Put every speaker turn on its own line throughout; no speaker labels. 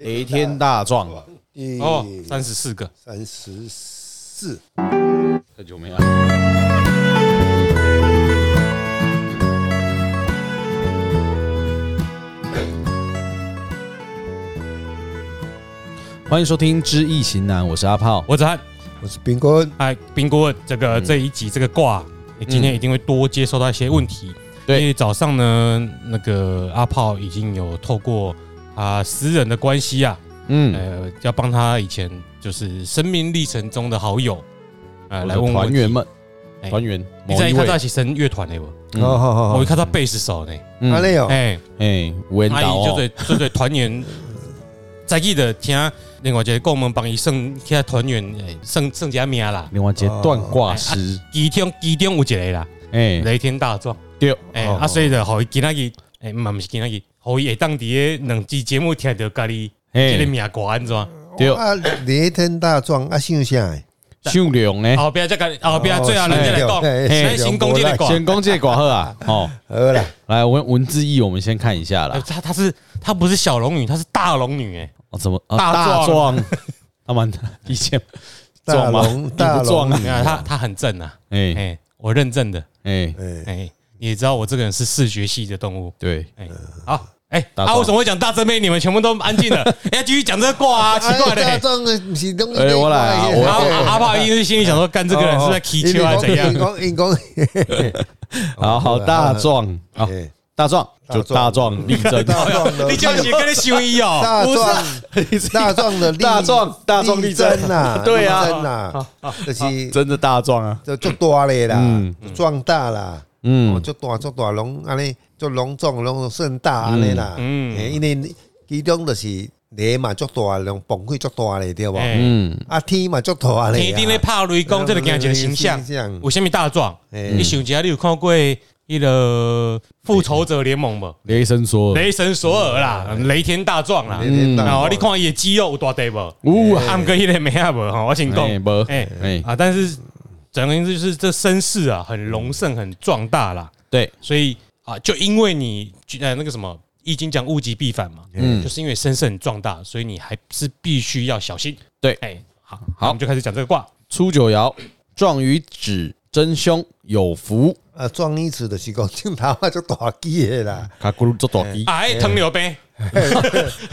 雷天大壮
第
哦，
嗯
三十四个，
三十四，
太久没来。欢迎收听《知易行难》，我是阿炮。
我子涵，
我是冰棍，
哎，冰顾问，这
嗯
个这一集这个卦，你今天一定会多接收到一些问题。
对
因为早上呢，那个阿炮已经有透过啊私人的关系啊，
嗯，
呃，要帮他以前就是生命历程中的好友，呃，
我
来
的
问
哦团
问
员
题。
们，
哎
团员
你
某
在哦
一
看到
位，哦
一起生乐团的不？
好哦好好
我
好
一，看到贝斯手呢，
嗯
阿内哦，
哎，
哎，吴彦
阿
导
姨就
哦，
对就对团员，在记得听另外一个顾问帮伊算起团员诶算算一下名啦。
另外一个断卦师，
其中其中有一个啦，
哎，
雷天大壮，
对，
诶、
哦
啊，所以就互伊今仔日，诶、嘛毋是今仔日，互伊会当伫个两集节目听到家己即个
哎，
名歌安怎，
对，
啊，雷天大壮啊，姓啥的？
秀良呢？
后壁再甲后壁最后人家来
哦
讲，
哎
咱先讲即个歌，
先攻这卦好 啊，哦，
好啦，
来文文字意我们先看一下啦
呃。他他是他不是小龙女，他是大龙女、诶，
哦，怎么、啊、
大
大
壮
壮？ 他们以前
大
壮吗？
龙
啊你不
大
壮啊
龙哎
没
女，
有他他很正啊，
哎、
诶、我认证的，
哎、
哎，
诶、你也知道我这个人是视觉系的动物，
对，
哎、
嗯
好，哎、
大
他、
壮
为什么会讲大正妹？你们全部都安静 了，要继续讲这个卦啊，奇怪的、
哎大
欸。
壮的不是东西哦
哎我来啊我
阿阿爸一直心里想说，干这个人是在 K 丘还是怎样？
讲硬讲，
好好大壮啊，
哎
大壮
大
就
壮
大壮力争，
大 壮的
你叫写跟你修一哦，
大壮，大壮的力
大壮大壮力
力
争
争呐，
对啊
力争呐，就是
真的大壮啊，
就足大咧啦
嗯，
壮大啦，哦，
嗯，
足大足大拢安尼，足隆重隆盛大安尼啦，
嗯
嗯，因为其中就是雷嘛足大，龙崩溃足大咧，对无？
哎
嗯，
啊天嘛足大咧，
天顶咧拍雷公，这个惊一个形
嗯
象，
象
有啥物大壮？
哎
你想一下，你有看过迄个复仇者联盟无？
雷神说，
雷神索尔
哎
啦，雷天大壮啦，
嗯
然后你，看伊的肌肉有大块无？
呜啊，
啊，毋过迄个没啊无吼，我先
哎
讲，
无
哎
哎
啊，但是整个就是这声势啊，很隆盛，很壮大啦。
对，
所以啊，就因为你呃那个什么《易经》讲物极必反嘛，
嗯
就是因为身世很壮大，所以你还是必须要小心。
对
哎，好，
好
好，我们就开始讲这个卦。
初九爻，壮于指真凶，有福，
啊壮一尺就是讲镜头啊足大机的啦，
卡咕噜做大鸡，
哎，藤牛呗，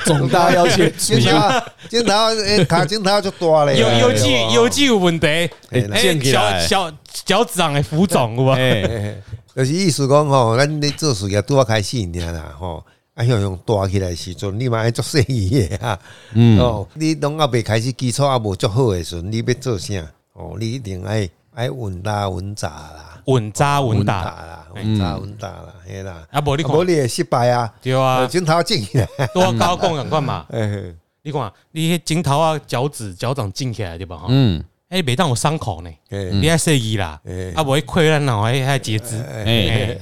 总大要 切除
镜，头啊镜头啊诶，卡镜头足大咧，
有有
对
机
吧
有机有问题，
哎
哎
建起
小
来，
小脚趾上的浮肿，有吧？
哎，
就是意思讲吼，咱咧做事业拄啊开始尔啦吼，啊向用大起来的时阵，你嘛爱做生意的啊，嗯，哦，你拢啊未开始基础啊无足好的时阵，你要做啥？哦，你一定爱爱稳打稳扎啦，
稳扎稳打
啦，稳扎稳打啦，嘿啦，
啊，无你
啊
看
无，你会失败啊，
对啊，
镜头进起来，。
多高讲赶快嘛
嘿
你看，你迄镜头啊，脚趾脚掌进起来对吧？哈，
嗯，
哎，别当有伤口呢，
嘿
你爱设计啦
哎，
啊，不会溃烂脑还还截肢。
哎，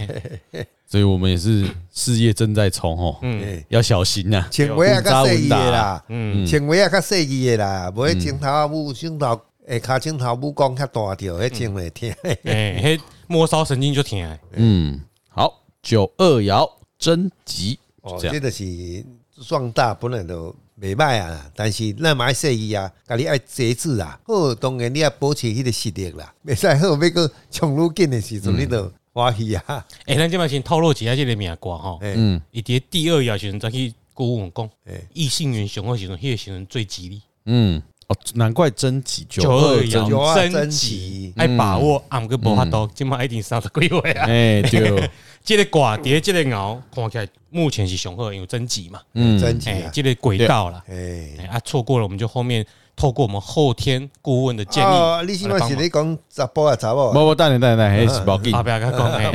哎
所以我们也是事业正在冲哦，
嗯，
嘿，
要小心呐，
穿鞋啊较细意的啦，
嗯
穿鞋啊较细意的啦，无迄镜头啊舞镜头，下骹镜头舞讲较大条，迄真会疼。
哎，嘿，末梢神经就疼的。
哎
嗯，好，九二爻贞吉，
哦
就，这
这
样，
就是壮大本来就袂歹啊，但是咱嘛爱说伊啊，家己爱节制啊。好，当然你要保持迄个实力啦，袂使好要个冲愈紧的
嗯
时阵，你就欢喜啊。
哎，咱这边先透露一下这个名歌吼，
哎
嗯
伊伫第二爻时阵再去顾问讲
哎，
异性缘雄的时阵，迄个时阵最吉利。
嗯，哦，难怪贞吉九
九二
二贞
九
爻
二啊
真
真
吉
吉，
爱把
嗯
握，啊，毋过无法度，即马一定三十几岁 啊。
哎对，
即个卦伫咧即个爻看起来目前是雄好的，因为真吉嘛，
嗯，
真钱
哎，
啊，
即个轨道啦，
哎。
哎啊，错过了我们就后面透过我们后天顾问的建议
哦，你起
来
码
帮
是
忙。
你讲查甫啊查某啊，
不不，等下等下，等下，迄是无紧
后，壁甲讲哎。
哦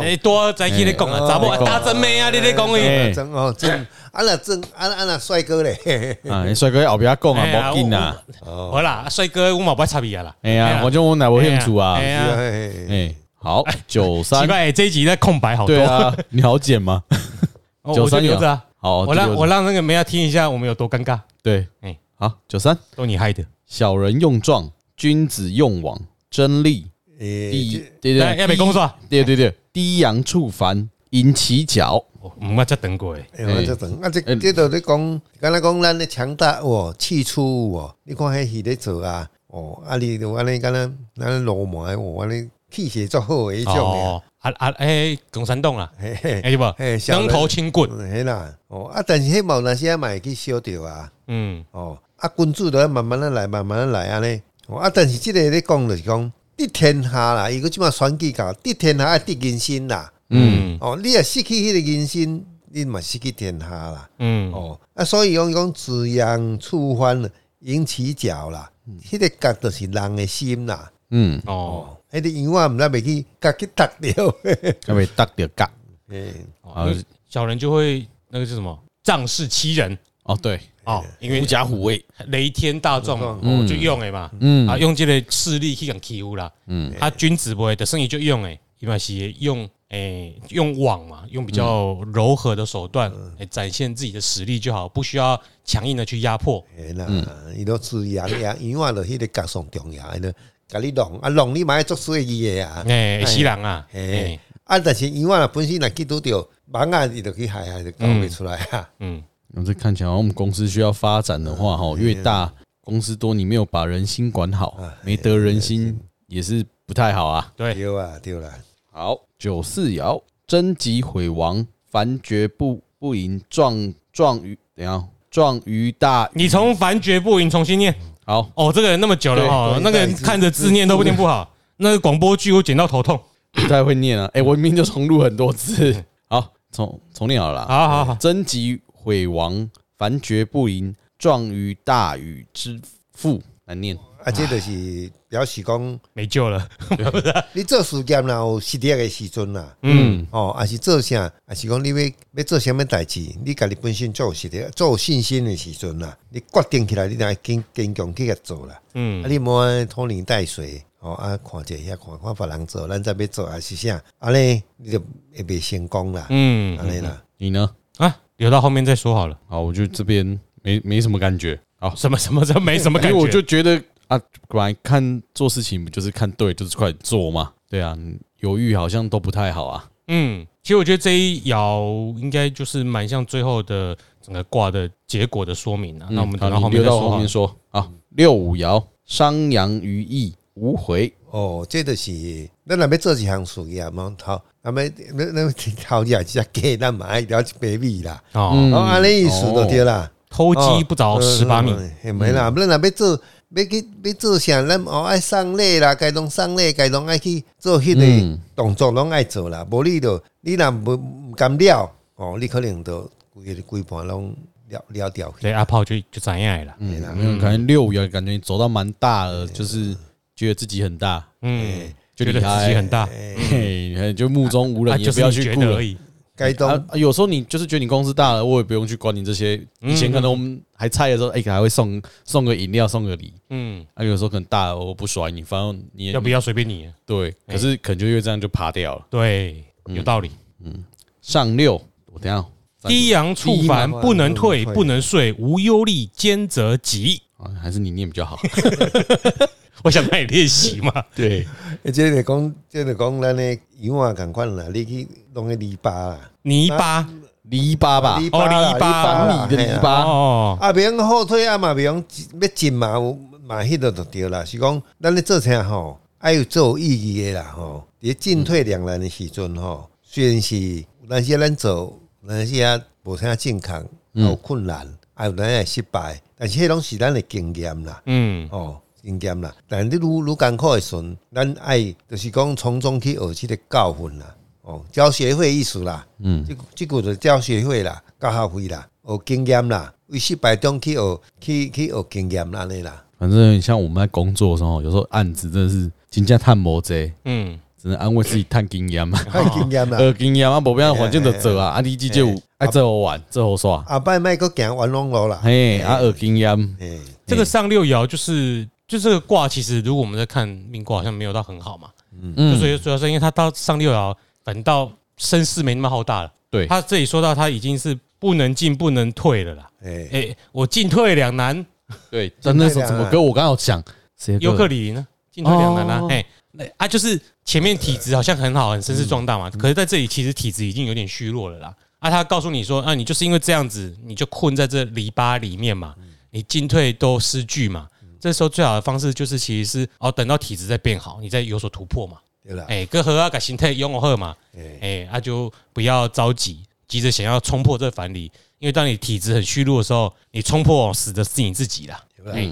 哎，
哎，多再去咧讲啊，查某啊大真妹啊，你咧讲伊。
哎
真哦真，啊那真啊那啊那帅哥咧，嘿嘿
啊，你帅哥后壁讲
哎
啊，无紧啊，
哦
好啦，帅哥，我嘛不爱插伊啊啦。
哎呀，我就我哪无兴趣啊
哎，呀
嘿
哎呀
嘿嘿
哎，好，九
奇
三，
怪，这一集在空白好多
对。啊，你好剪吗？
哦 我就留着啊，
好，
我
这
让
个
我让那个梅亚听一下我们有多尴尬，
对，
哎
好，九三，
都你害的。
小人用壮，君子用王，真利，
诶
第一
这，
对
来，
对，
要被攻
第一
说，
对对对，低阳触凡，引起脚，
唔捌遮长过的，
哎我这等，啊，这这都咧讲，敢若讲咱咧强大哦，气出哦，你看迄戏咧做啊，哦，啊，你就安尼敢若咱咧流氓哦，安尼气血足好诶，迄种诶，
哦，啊啊，诶，共产党啦，
嘿嘿，
哎是不，
嘿，小
两
人
头轻棍，
嗯嘿啦，哦，啊，但是迄某那些嘛会去烧着啊，
嗯，
哦，啊，君子就要慢慢仔来，慢慢仔来安尼。哦，啊，但是即个咧讲就是讲，得天下啦，伊个即马选举搞，得天下要得人心啦。
嗯
哦，你若失去迄个人心，你嘛失去天下啦。
嗯，
哦，啊，所以讲讲自养处翻引起角啦，迄、个角就是人的心啦。
嗯，
嗯哦，
哦，迄、个羊啊，毋知袂去角去搭 着。
要被搭着角。
诶，
哦因为小人就会那个是什么仗势欺人
哦，对，
哦，因为
狐假虎威。
雷天大众嘛
嗯
哦就用的嘛，
嗯
啊，用这个势力去讲欺负啦。
嗯
嗯，啊，君子不会的，生意就用诶，伊嘛是用诶、用网嘛，用比较柔和的手段来展现自己的实力就好，不需要强硬的去压迫。
嘿啦，
嗯
伊都自养养羊啊，就迄个角上重要，安尼甲你弄啊，弄你嘛要作死伊个啊。
诶、西郎啊，
诶
诶、
啊，但是羊啊本身若去拄着蠓啊，伊就去害害，就搞袂出来啊。
嗯，
那这看起来，我们公司需要发展的话，哈，越大公司多，你没有把人心管好，没得人心也是不太好啊。
对，
对啊，对啦，
好，九四爻，贞吉毁亡，凡绝不不赢，壮壮于怎样？壮于大。
你从凡绝不赢重新念
好，
哦，这个人那么久了
对
哦，
对
那个人看着字念都不念不好，那个广播剧我剪到头痛。
不太会念啊。哎、我明明就重录很多 次。好，重重念好了啦。
好好好，
贞吉毁亡，凡绝不赢，壮于大禹之父。难念。
啊，这就是表示讲，
没救了。
你做事业若有失业的时阵啦，
嗯，
哦，啊是做啥，啊是讲你要要做啥物代志，你家己本身做有实力、做有信心的时阵啦，你决定起来，你就要坚坚强去甲做啦。
嗯
啊，你莫安尼拖泥带水，哦啊，看者遐看看别人做，咱再要做还是啥，安尼你就会袂成功啦，
嗯
安尼啦，
你呢？
啊，留到后面再说好了。
好，我就这边没没什么感觉。好，
什么什么这没什么感
因
觉，
为哎我就觉得啊，本来看做事情不就是看对，就是快做嘛。对啊，你犹豫好像都不太好啊。
嗯，其实我觉得这一爻应该就是蛮像最后的整个卦的结果的说明啊。那我们
嗯好
等到后
你
面
留
再
到
说
后
好了
面。说啊。六五爻，商阳于义，无悔。
哦，这就是咱若要做一项事业嘛，头，咱要咱咱头家只鸡，咱嘛爱了一百米啦，
嗯
哦，
哦，安尼意思就对啦。
偷鸡不着十八米。
嗯，嗯没啦，咱若要做，要去要做啥，咱哦爱上礼啦，该拢上礼，该拢爱去做迄个
嗯
动作，拢爱做啦。无你就你若无毋甘了，哦，你可能就规个规盘拢了了掉去。
对，阿炮就就怎样的啦？
嗯，没有，感觉六五爻感觉你走到蛮大了，就是觉得自己很大。
嗯，
就
觉
哎
得
厉害
自己很大，
嗯嘿，嘿就目中无
啊
人，也
就
不
是
要
你
去
觉
顾
得
了
而。已。
该
啊
当，
啊有时候你就是觉得你公司大了，我也不用去管你这些。以前可能我们还菜的时候，哎，还会送送个饮料，送个礼。
嗯，
啊，有时候可能大了，我不甩你，反正你也
要不要随便你。啊
对。可是可能就因为这样就爬掉了。
对，
嗯
有道理。
上六，我等一下
低阳触
第一
凡，
嘛
不能退，
嗯
不能退
不能睡，无忧虑，兼则吉。
啊，还是你念比较好。
我想让你练习嘛。
对，
即个讲，即个讲咱诶羊啊共款啦，你去弄个篱笆啦，
泥巴
篱笆吧，
篱
米
笆啦，
哦
的
啦
篱笆
篱
嘿啦
笆。
哦，
啊，袂用后退啊嘛，袂用要进嘛，有嘛迄落就对啦。是讲咱咧做啥吼，爱有做有意义的啦吼。伫进退两难的时阵吼，虽然是有咱些咱做，有咱些无啥健康，也有困难，啊有咱会失败，但是迄拢是咱的经验啦，
嗯，
吼。经验哦啦，但你愈愈艰苦的时阵，咱爱就是讲从中去学即个教训啦，哦，教学会意思啦，
嗯，
即即句就教学会啦、教学会啦、学经验啦，为失败中去学、去去学经验啦，安尼啦。
反正像我们在工作的时候，有时候案子真的是金价探摩贼，
嗯，
只能安慰自己探经验嘛。
太经验啦，
呃，经验啊，无变环境就做啊，啊，你即就有爱做好玩，做好耍，
后摆莫阁行冤枉路啦。
嘿，啊，学经验，
啊嘿，
这
嗯
个上六爻就是就这个卦，其实如果我们在看命卦，好像没有到很好嘛。就所
嗯，
以主要是因为他到上六爻，反倒声势没那么浩大了。
对，
他这里说到他已经是不能进不能退了啦。
嘿，
哎、我进退两难，
对，但那时候怎么跟我刚好讲，谁
尤克里里呢？进退两难啊
哦，
哎、那啊，就是前面体质好像很好，很绅士壮大嘛，可是在这里其实体质已经有点虚弱了啦。啊，他告诉你说，啊，你就是因为这样子，你就困在这篱笆里面嘛，你进退都失据嘛。这时候最好的方式就是，其实是哦，等到体质再变好，你再有所突破嘛。
对啦，
哎、跟和啊，跟心态拥好嘛。
哎
哎、那、就不要着急，急着想要冲破这藩篱，因为当你体质很虚弱的时候，你冲破死的是你自己啦。
对吧
哎、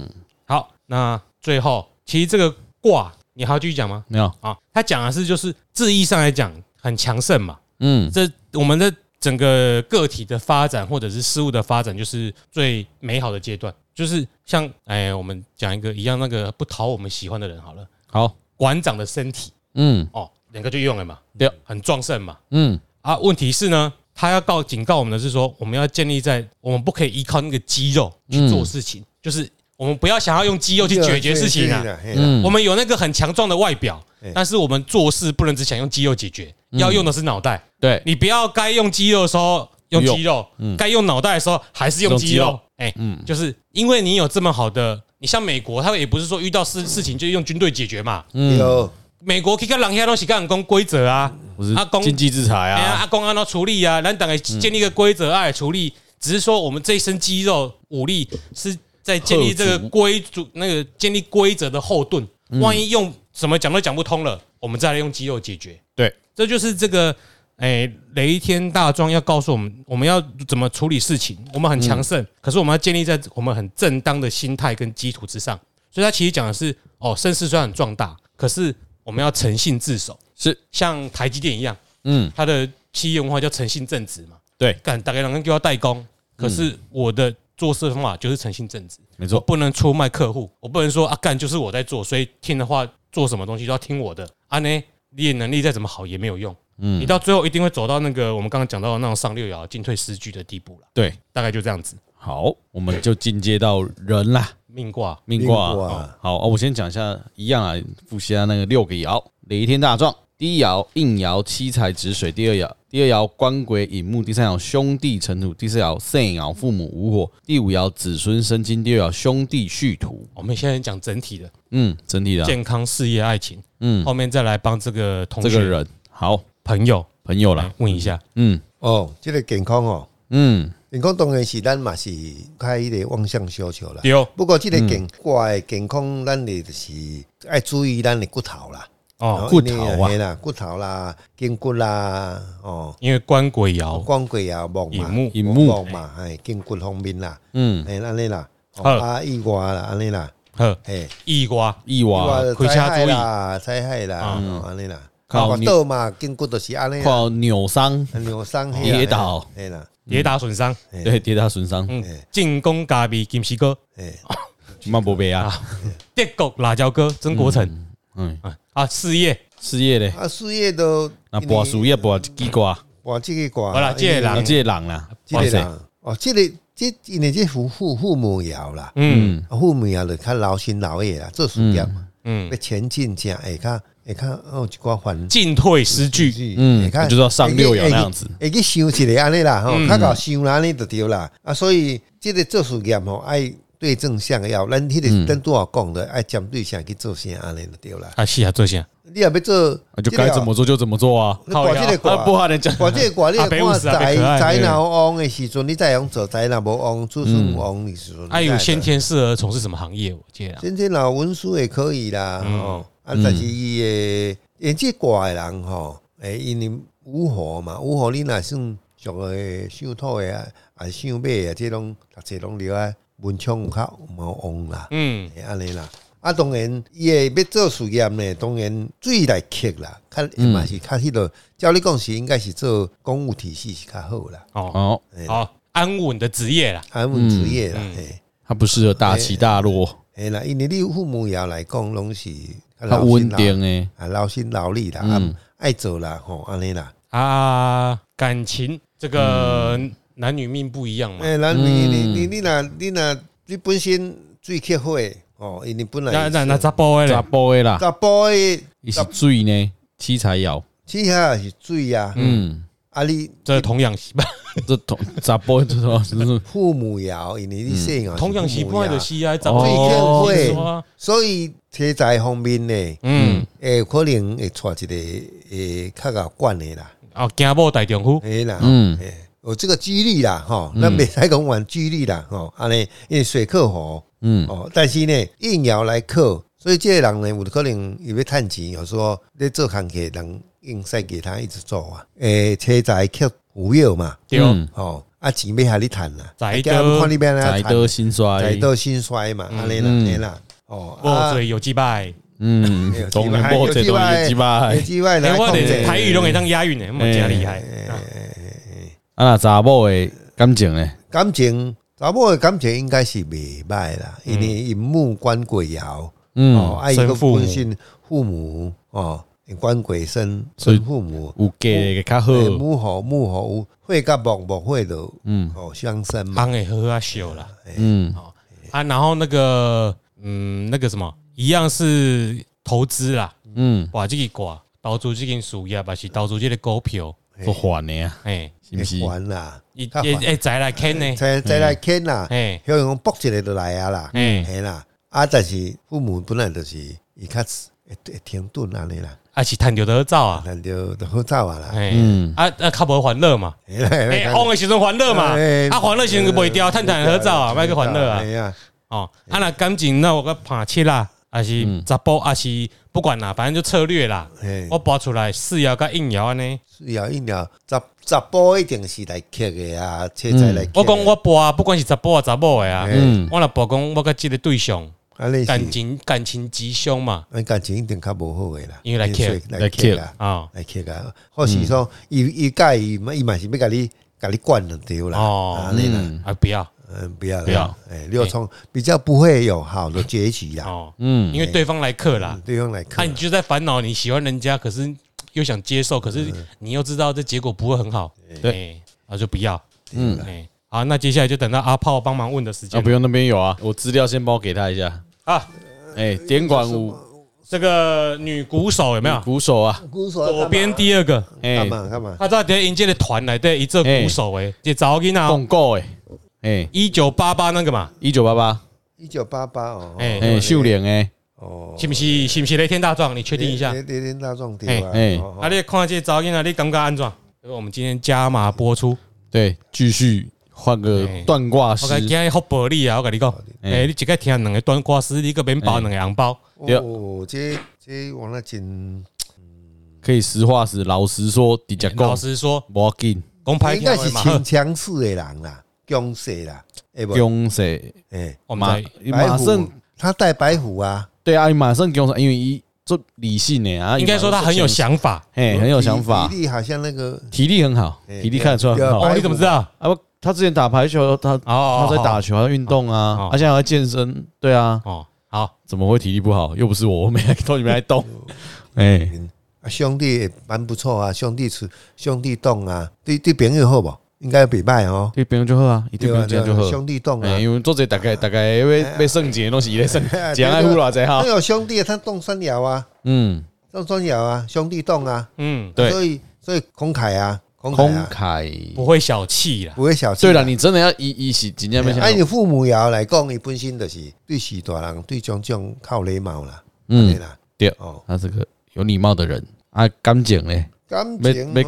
好，那最后其实这个卦你还要继续讲吗？
没有，
啊，他讲的是就是字义上来讲很强盛嘛，
嗯
这我们的整个个体的发展或者是事物的发展，就是最美好的阶段。就是像哎、我们讲一个一样那个不讨我们喜欢的人好了，
好，
馆长的身体
嗯
哦，两个就用了嘛，
对，
很壮盛嘛。
嗯
啊，问题是呢，他要告警告我们的是说，我们要建立在我们不可以依靠那个肌肉去做事情，就是我们不要想要用肌肉去解决事情啊。
嘿啦
嗯
我们有那个很强壮的外表
嗯，
但是我们做事不能只想用肌肉解决，要用的是脑袋。
对，
你不要该用肌肉的时候用肌肉，该用脑袋的时候还是用肌
用肌
肉
肉。
哎，就是因为你有这么好的，你像美国，他们也不是说遇到事事情就用军队解决嘛。
对
嗯，
哦
美国去跟人家都是跟人讲规则啊，
我是
阿公
经济制裁
哎呀，
啊，
阿公安怎处理啊？咱大概建立一个规则爱处理，只是说我们这一身肌肉武力是在建立这个规组那个建立规则的后盾。万一用怎么讲都讲不通了，我们再来用肌肉解决。
对，
这就是这个哎、雷天大壮要告诉我们，我们要怎么处理事情。我们很强
嗯
盛，可是我们要建立在我们很正当的心态跟基础之上。所以他其实讲的是，哦，声势虽然很壮大，可是我们要诚信自守，
是，
像台积电一样。
嗯，
他的企业文化叫诚信正直嘛。
对，嗯
干大概两个人给我代工，可是我的做事方法就是诚信正直，
没
我
错，
不能出卖客户，我不能说啊干就是我在做，所以听的话做什么东西都要听我的啊呢，你的能力再怎么好也没有用，
嗯
你到最后一定会走到那个我们刚刚讲到的那种上六爻进退失据的地步了，
对，
大概就这样子。
好，我们就进阶到人啦。
命卦
命卦
命卦
啊。好啊，我先讲一下，一样啊，复习一下那个六个爻：雷天大壮，第一爻应爻七财止水，第二爻第二爻官鬼引木，第三爻兄弟成土，第四爻肾爻父母无火，第五爻子孙生金，第六爻兄弟续土。
我们现在讲整体的
嗯，整体的啊
健康、事业、爱情，
嗯
后面再来帮这个同
这个
学、
人好
朋友
朋友
来
啦。
问一下，
嗯
哦，这个健康哦，
嗯，
健康当然是咱嘛是开一个妄想需求啦。
丢
不过这个健挂的健康，咱的就是爱注意咱的骨头啦，
哦，
骨头啊
嘿啦，骨头啦，筋骨啦，哦，
因为官鬼爻
光棍啊，木
引
嘛，
木
引木
木嘛，哎，筋骨方面啦，
嗯
哎，安尼啦，哦
好
啊，意外啦，安尼啦，
呵
哎，
易瓜
意啊
意
娃
外就
开车
灾害
注意
啦，灾害啦，
嗯
哦安尼啦，
靠
靠
你
倒嘛，筋骨就是安尼啦，
靠扭伤，
扭伤嘿啦
跌倒，
嘿啦，
跌打损伤，
嘿啦，
对，跌打损伤，
嗯
哎，
进攻咖喱金西哥，
哎，
曼博贝啊，
德国辣椒哥曾国成
嗯，
啊啊，事业
事业嘞，
啊，事业都
那博事业博几卦，
哇，这个挂，
好啦这个人
那这个人啦，
这个人哦，这个这因为这父父父母爻啦，
嗯
嗯
啊父母爻就较老心老爷啦，做事业嘛，
嗯
要，前进正会较会较哦一寡烦，
进退失据，
嗯，
会较
我就知道上六爻那样子，
会去想一个安尼啦，吼，
嗯
较搞想安尼就对啦，啊，所以这个做事业吼爱。对正向要，咱迄
嗯
个咱拄少讲的，爱针对啥去做啥安尼就对啦。
啊是啊做啥？
你若要做，
那啊就该怎么做就怎么做啊。
你挂这个
那
挂
不，好人讲，
我这个挂你
啊北五
看
十啊
宅
北可爱
宅
对
若旺的时阵，你再用做宅若无旺，子孙旺的时阵，
哎
你
有
才
先天适合从事什么行业？我记得啊
先天老文书也可以啦，
嗯
哦，啊，但是伊诶，演技挂的人吼，诶，因为武侯嘛，武侯你若算属诶想土诶啊，啊想马啊，即种读册拢了啊，文昌有较毛旺啦，
嗯
安尼啦。啊，当然，伊诶要做事业呢，当然水来克啦，较
嗯
嘛是较迄落，照你讲是应该是做公务体系是较好啦，
哦
哦，
嘿啦
好安稳的职业啦，
安稳职业啦，
嗯
嘿。
他不适合大起大落，
哎啦，因为你父母也来讲，拢是较
他
劳
稳
哎心劳
定诶，
啊，劳心劳力啦，
嗯
啊，爱做啦，吼，安尼啦。
啊感情这个男女命不一样嘛，
哎，咱你你
嗯
你你若你若你本身最克好诶，哦，因为本
那
来
那那咋包
杂
嘞？
波诶啦，
查甫诶，
一是水呢，七彩爻，
起下是水啊，
嗯，
啊你啊
这童养媳吧，
这同咋播这种就是
父母爻，因为你信啊，
同样习惯的嗯是啊，长
哦
所以
辈
更
也是
会
啊，
所以题材方面呢，
嗯，
诶，有可能会带一个诶较搞管的啦，
哦，惊某大丈夫，
诶啦，
嗯
嗯，有这个几率啦，吼，
嗯
咱袂使讲玩几率啦，吼，安尼因为水克火，
嗯
哦，但是呢，硬要来克，所以这个人呢，有可能伊要趁钱，有时候咧做工课，人硬塞给他一直做啊，诶，题材克虎药嘛，
对，
嗯
哦，啊钱要下你趁啦，
财
啊今仔日看你要安
财
尼
德兴衰，
财到兴衰嘛，安尼
嗯
啦，安尼啦，哦，
我最有几拜，
嗯
有，
当
鸡
然
排
播
有
这
鸡
东西
排
鸡巴
哎，。之外
哎
来
我
控
连
制，哎
台语拢会当押韵诶，咁真厉害，啊
啊那查某的感情呢？
感情，查某的感情应该是袂歹啦，因为因母官鬼爻，哦，
嗯，
爱一
生
个
父母
本身父母哦，官鬼身，
所以
生父母，
有嫁的较好，
哎母火母火有火甲木木火的
嗯
哦相生嘛，
帮会喝啊秀啦，
哎
嗯
啊，然后那个，嗯，那个什么，一样是投资啦，
嗯，
哇，这个挂投资这件事业吧，是投资这个股票，
不还的啊，
哎，
是不是？
还啦，
也
较
也
烦
哎，再来 看呢，
再再来看啦，
哎，
要用卜一个就来啊啦，
哎
嘿啦，啊，但是父母本来就是伊较会会停顿安尼啦，
啊是趁着得走啊，
咱就就好走啊啦。
哎，
嗯
啊啊，较无欢 乐嘛，
嘿啦
哎，旺的时阵欢乐嘛，啊，欢乐时阵袂掉，趁趁合照啊，卖去欢乐啊
哎，呀，
哦，啊那感情那我个拍切啦，还是查甫，还是不管啦，反正就策略啦，
嗯哎，
我拔出来四爻甲硬爻安尼。
是啊，一鸟十十波一定是来刻的啊，车仔来刻的。
嗯我讲我播，不管是查甫啊查某
哎
的啊，
嗯
我若播讲我甲即个对象
啊，你
感
是
情感情极凶嘛，
俺感情一定较无好的啦，
因为来嗯刻
所以
来
来
刻
刻啦，
啊
来刻啊。或是说，伊伊介伊嘛伊嘛是要甲你甲你管了对啦。
哦
啊，你啦，
嗯
啊不要
嗯，不要啦
不要，
哎，六冲比较不会有好的结局啦。
哦，
嗯
因为对方来克啦，
对方来刻
啊，你就在烦恼你喜欢人家，可是又想接受，可是你又知道这结果不会很好，
对
哎，啊就不要，
嗯，
哎，好，那接下来就等到阿炮帮忙问的时
啊
哎
间
不用那边有啊，我资料先帮我给他一下。
啊，
哎，点管舞
这个女鼓手有没有？
鼓手啊，
左
左
边第二个，
哎
干，嘛干嘛？
他在底迎接的团来对一这鼓手诶，这查某囡仔哦
共购哎，哎，
一九八八那个嘛。
一九八八，
一九八八哦，
哎
哎，秀莲哎，
哦，
是不是是不是雷天大壮？你确定一下。
连连连大壮对吧？
哎哎
哦
啊，你看这噪音啊，你感觉安怎？就是我们今天加码播出，
对，继续换个
哎
断挂
我讲今
师，
天福薄利啊，我跟你讲，
哦
哎
诶，你一个听两个短歌词，你个免包两个红包，
对
哦，这这王那真
可以实话实老实说，底价
哎老
够，
实说，
无要紧，
公牌
哎应该是
嘛，
逞强势的人啦，强势啦，哎不，
恭喜
哎，
我
马
们
马上
他带白虎啊，
对啊，你马上给我，因为一做理性的啊，
应该说他很有
想，
想法。
哎，很有想法
体，力好像那个
体力很好，
哎
体力看得出来很
对
好
啊。
哦，你怎么知道？
啊，不他之前打排球，他
哦
他在打球，他运动啊，
哦
他现在还健身，对啊，
哦，好，
怎么会体力不好？又不是我，我没来都你没来动，哎，
啊兄弟也蛮不错啊，兄弟出兄弟动啊，对对朋友好不？应该比拜哦，
对，不用就喝啊，一定不
啊
用这样就
啊
喝
兄。弟动啊
哎，，因为做这大概大概被被圣洁东西类圣
哎，
简爱呼啦这哈
那，有兄弟他动三爻啊，
嗯，
动三爻啊，兄弟动啊，
嗯，
对
所以所以孔凯啊，孔凯
空
啊，
凯。
不会小气啦。
不会小气啊。
对了，你真的要一一起，真正要
按
想
你，父母爻来讲，伊本身就是对许大人对种种靠礼貌啦，对
嗯，
啦，
对
哦，
他是个有礼貌的人啊，干净嘞，
感情
要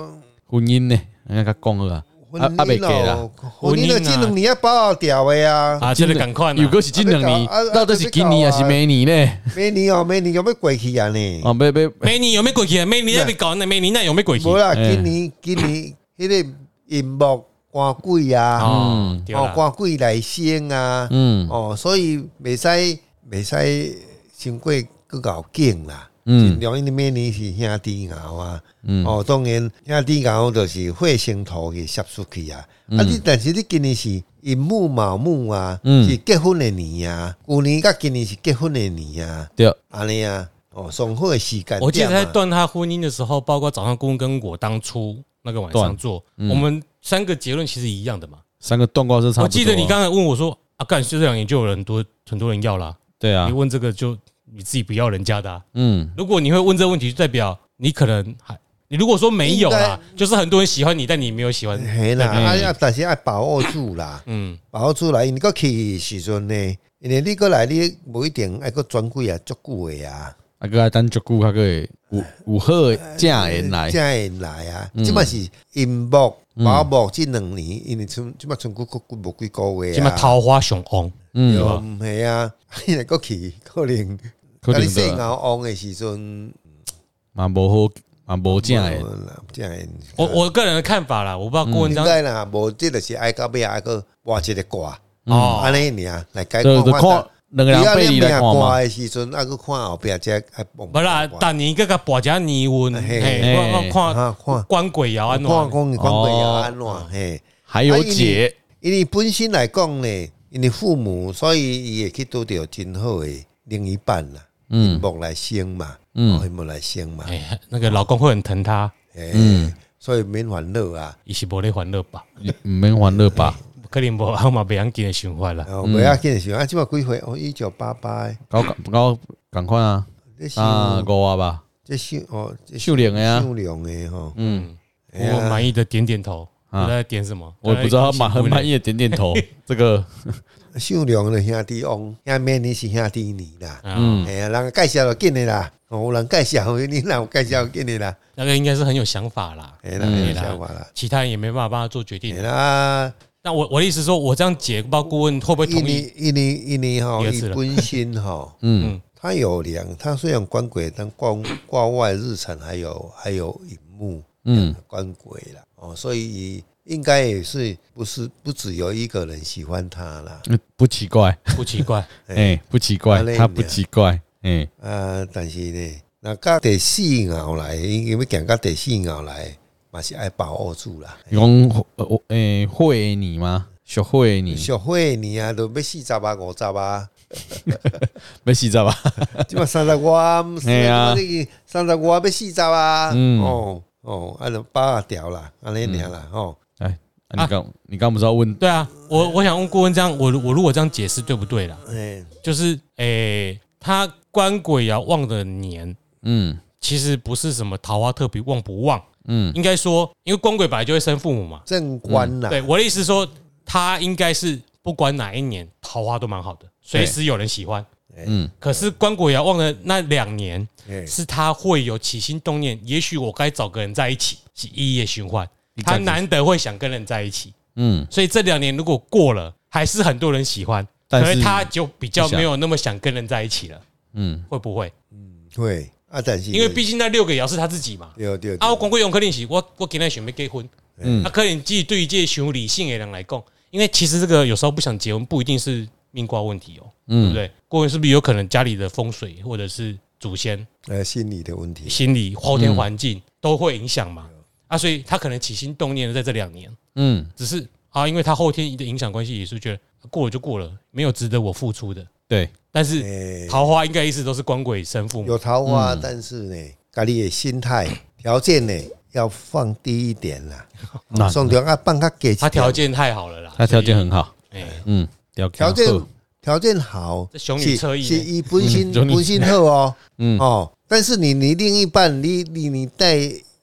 婚姻呢，人家讲了啊，
婚
啊啊未嫁啦
姻咯，婚姻
婚姻啊
的技能你要把握掉的啊，
啊，这个赶快啦
有，个是今两年
啊要搞啊，
到底是今年还是明年呢？
每年哦，每年有要过去啊呢？
哦
啊，别别，
美女有没有鬼气？美女那边搞那美女那有没有鬼气
无？啦，
哎
今年今年 迄个银幕官鬼啊，
哦
嗯，
对
哦
啦，
官鬼来先啊，
嗯
哦，所以未使未使先过个搞劲啦。
嗯
尽量因为明年是兄弟熬啊，
嗯
哦，当然兄弟熬就是火星土给吸出去啊，
嗯
啊，你但是你今年是寅木卯木啊，
嗯
是结婚的年啊，旧年甲今年是结婚的年啊，
对，
安尼啊，哦，上好的时间点嘛
我记得在断他婚姻的时候，包括早上公跟我当初那个晚上做，
嗯
我们三个结论其实一样的嘛。
三个断卦是差不多啊。
我记得你刚才问我说啊，干这两年就有人多很多人要啦，
对啊
你，问这个就你自己不要人家的啊、
嗯
如果你会问这个问题，就代表你可能还你如果说没有啦，就是很多人喜欢你，但你没有喜欢。
嘿啦，
嗯
啊呀，但是要把握住啦，
嗯，
把握住啦，因为个去的时阵呢，因为你过来你无一定爱个转几啊，足久的啊，
啊，个爱等足久，较个会有有好的正缘来
才，会来啊。即摆是音幕、麻木即两年，因为剩即摆剩几个无几个月
嗯起码
啊，
桃花雄翁，
嗯
对吧
嗯，系啊， 你若个去可能，
可
啊你
能
细
的
熬旺的时阵，
嘛无好嘛无正缘，
无啦正的
我我个人的看法哦啦，我不知道郭文
应
章
该啦，无即就是爱到尾啊，爱个画一个卦，
哦，
安尼尔来解
就就
看法
看两个人背离来看嘛
挂。的时阵，啊，去看后壁才爱蹦。
不啦，但你个个跋只泥温，
嘿
嘿，我
嘿
我看
啊看，
关鬼窑安
看
怎样？
讲你讲袂啊安怎嘿？
还有
啊因为
解，
因为本身来讲呢，因为父母，所以伊会去拄着真好的另一半啦，
嗯
嗯，木来生嘛，
嗯
嗯，木来生嘛，
哎，那个老公会很疼她，
嗯，所以免烦恼啊，
伊是无咧欢乐吧？
毋免欢乐吧？
可能无 我嘛袂要紧的想法啦。
哦，袂要紧是啊，即满几岁？哦，一九八八，
搞搞赶快啊！
这哎是
啊，五啊吧，
这是哦，这
秀玲的呀，
秀良的吼，
嗯，
哎呀
我满意的点点头，
啊
我在点什么？
我也不知道，他满很满
意。
意的点点头。这个，
秀良的兄弟翁，兄妹你是兄弟你啦，
嗯，
哎呀，人介绍就紧的啦，哦，有人介绍你，若有介绍就紧的啦，
那个应该是很有想法啦，
哎啦，
嗯
有想法啦，
其他人也没办法帮他做决
哎
定。
啦，
那我我的意思是说，我这样解，不知道顾问会不会
印
同意？
尼印尼印尼哈，
第二
伊
次了
本身哈，
嗯
它有两，它虽然官鬼，但挂挂外日产还有还有荧幕
嗯
官鬼啦，哦，所以应该也是不是不只有一个人喜欢他啦，
嗯，不奇怪，
不奇怪，
哎，不奇怪
他，累
他不奇怪，哎，
啊，但是呢，那到第四爻来，因为讲到第四爻来，嘛是爱把握住啦。
讲呃我哎会你吗？学会你，
学会你啊，都要四十啊、五十啊，
没洗澡吧？
即嘛三十外，唔是
嘿啊
啊，你三十外要四十啊，
嗯
哦哦，啊，就八啊条啦，安尼尔啦，哦，
哎，啊你刚你刚不是要问
对啊，我我想问顾问这样，我我如果这样解释对不对啦？
哎，
就是诶、他官鬼爻旺的年，
嗯
其实不是什么桃花特别旺不旺，
嗯啊
应该说，因为官鬼本来就会生父母嘛。
正官啦，
对，我的意思是说，他应该是不管哪一年桃花都蛮好的，随时有人喜欢。
嗯
可是官鬼爻旺的那两年，
哎，
是他会有起心动念，也许我该找个人在一起，是一夜循环。他难得会想跟人在一起，
嗯，
所以这两年如果过了，还是很多人喜欢，
但
可
是
是他就比较没有那么想跟人在一起了，
嗯
会不会？
对，啊，但是
因为毕竟那六个爻是他自己嘛。
对对
啊，
对
我光过用可能是我我今天想要结婚，
嗯
啊，可能自己对于这些理性的人来讲，因为其实这个有时候不想结婚，不一定是命卦问题哦，对
嗯
不对？过婚是不是有可能家里的风水或者是祖先
呃，心理的问题，
心理、后天环
嗯
境都会影响嘛？啊，所以他可能起心动念的在这两年，
嗯，
只是啊，因为他后天的影响关系，也是觉得过了就过了，没有值得我付出的。
对，
但是
哎，
桃花应该一直都是官鬼生父母，
有桃花，但是呢，家己的心态条件呢要放低一点啦，
那
送条啊，放较低一
他条
点，
件太好了啦，
他条件
所以
很好，
哎，
嗯，条
条件
好
条件好
这，雄女
是
侧翼
是伊本身
嗯雄女
本身好哦，
嗯
哦，但是你你另一半，你你你带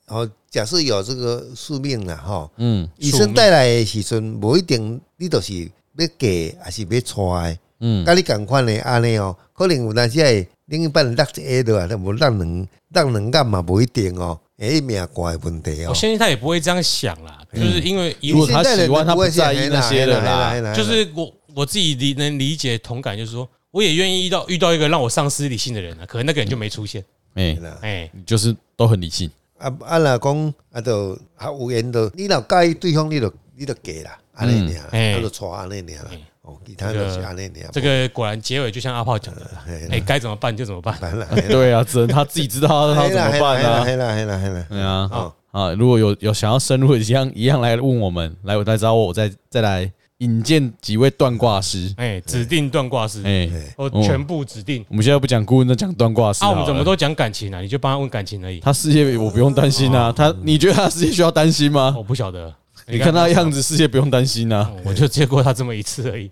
哦，假设有这个宿命啦，哈、哦，
嗯
医生带来的时阵，无一定你都是要嫁还是要娶的，
嗯
甲你共款的安尼哦，可能有当时会另一半落一下落来，无落两落两干嘛无一定哦，诶，命卦的问题哦
我。相信他也不会这样想啦，
嗯
就是因为以
如
我
果他喜欢他不在意那些的啦
哎嗯
就是我我自己理能理解同感，就是说我也愿意遇到遇到一个让我丧失理性的人啊，可能那个人就没出现，
哎，
嗯
哎，
你就是都很理性，
啊啊，若讲啊，就啊有缘就你若介意对方，你就你就嫁啦，安尼尔啦，
嗯
啊就娶安尼尔啦
嗯，
哦，其他就是安尼尔，
这个果然结尾就像阿炮讲的啦，
嘿啦
哎，该怎么办就怎么办，
烦啦，
对啊，只能他自己知道他要怎么办啊。
嘿啦嘿啦嘿啦，
对啊，
哦
啊，如果有有想要深入的，一样一样来问我们，来我再找我，我再再来引荐几位断卦师。
哎，指定断卦师，
哎、
我
哦
全部指定。
我们现在不讲顾问，那讲断卦师
啊，
好
我
了。
们怎么都讲感情啊，你就帮他问感情而已。
嗯他事业我不用担心啊，他你觉得他事业需要担心吗？
哦我不晓得，
你看他的样子，事业不用担心啊。
嗯，我
哦
就见过他这么一次而已。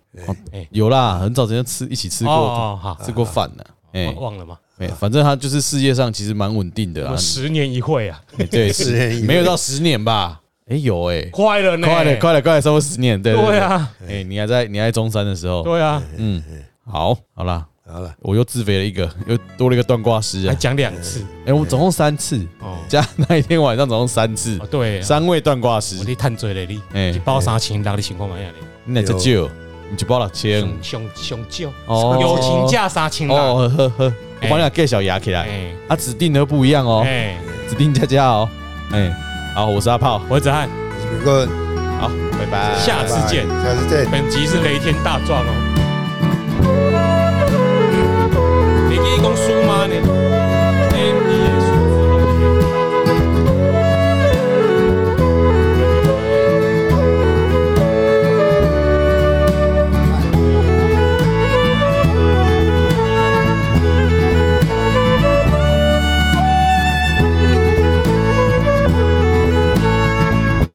有啦，很早之前吃一起吃过
哎哦，好，哦
吃过饭呢、哎
忘忘了吗？
哎，反正他就是世界上其实蛮稳定的
我
啊，
十年一会啊，
哎对，
十年
是
以内
没有到十年吧？哎，有哎，
快了呢，
快了，快了，快了，差不多十年，对
对，啊，
哎，你还在你还在中山的时候，
对啊，
嗯，好，好啦，
好了，
我又自肥了一个，又多了一个断卦师
还
啊，
讲两次
哎，我总共三次，
哦，
加那一天晚上总共三次
哦，对啊，
三位断卦师
我，咧探罪咧，你
哎
一，包三千六的情况下咧，
你哪只酒？你就包了千
啊上上上少，
哦
友情价三千六，
哦，呵呵，我帮你给小牙起来，
嗯哎
啊，指定的不一样哦，
哎，
指定佳佳哦，哎，好，我是阿炮，
我是子翰，
如果
好，拜拜，
下次见
下次再
本集是雷天大壮哦。哎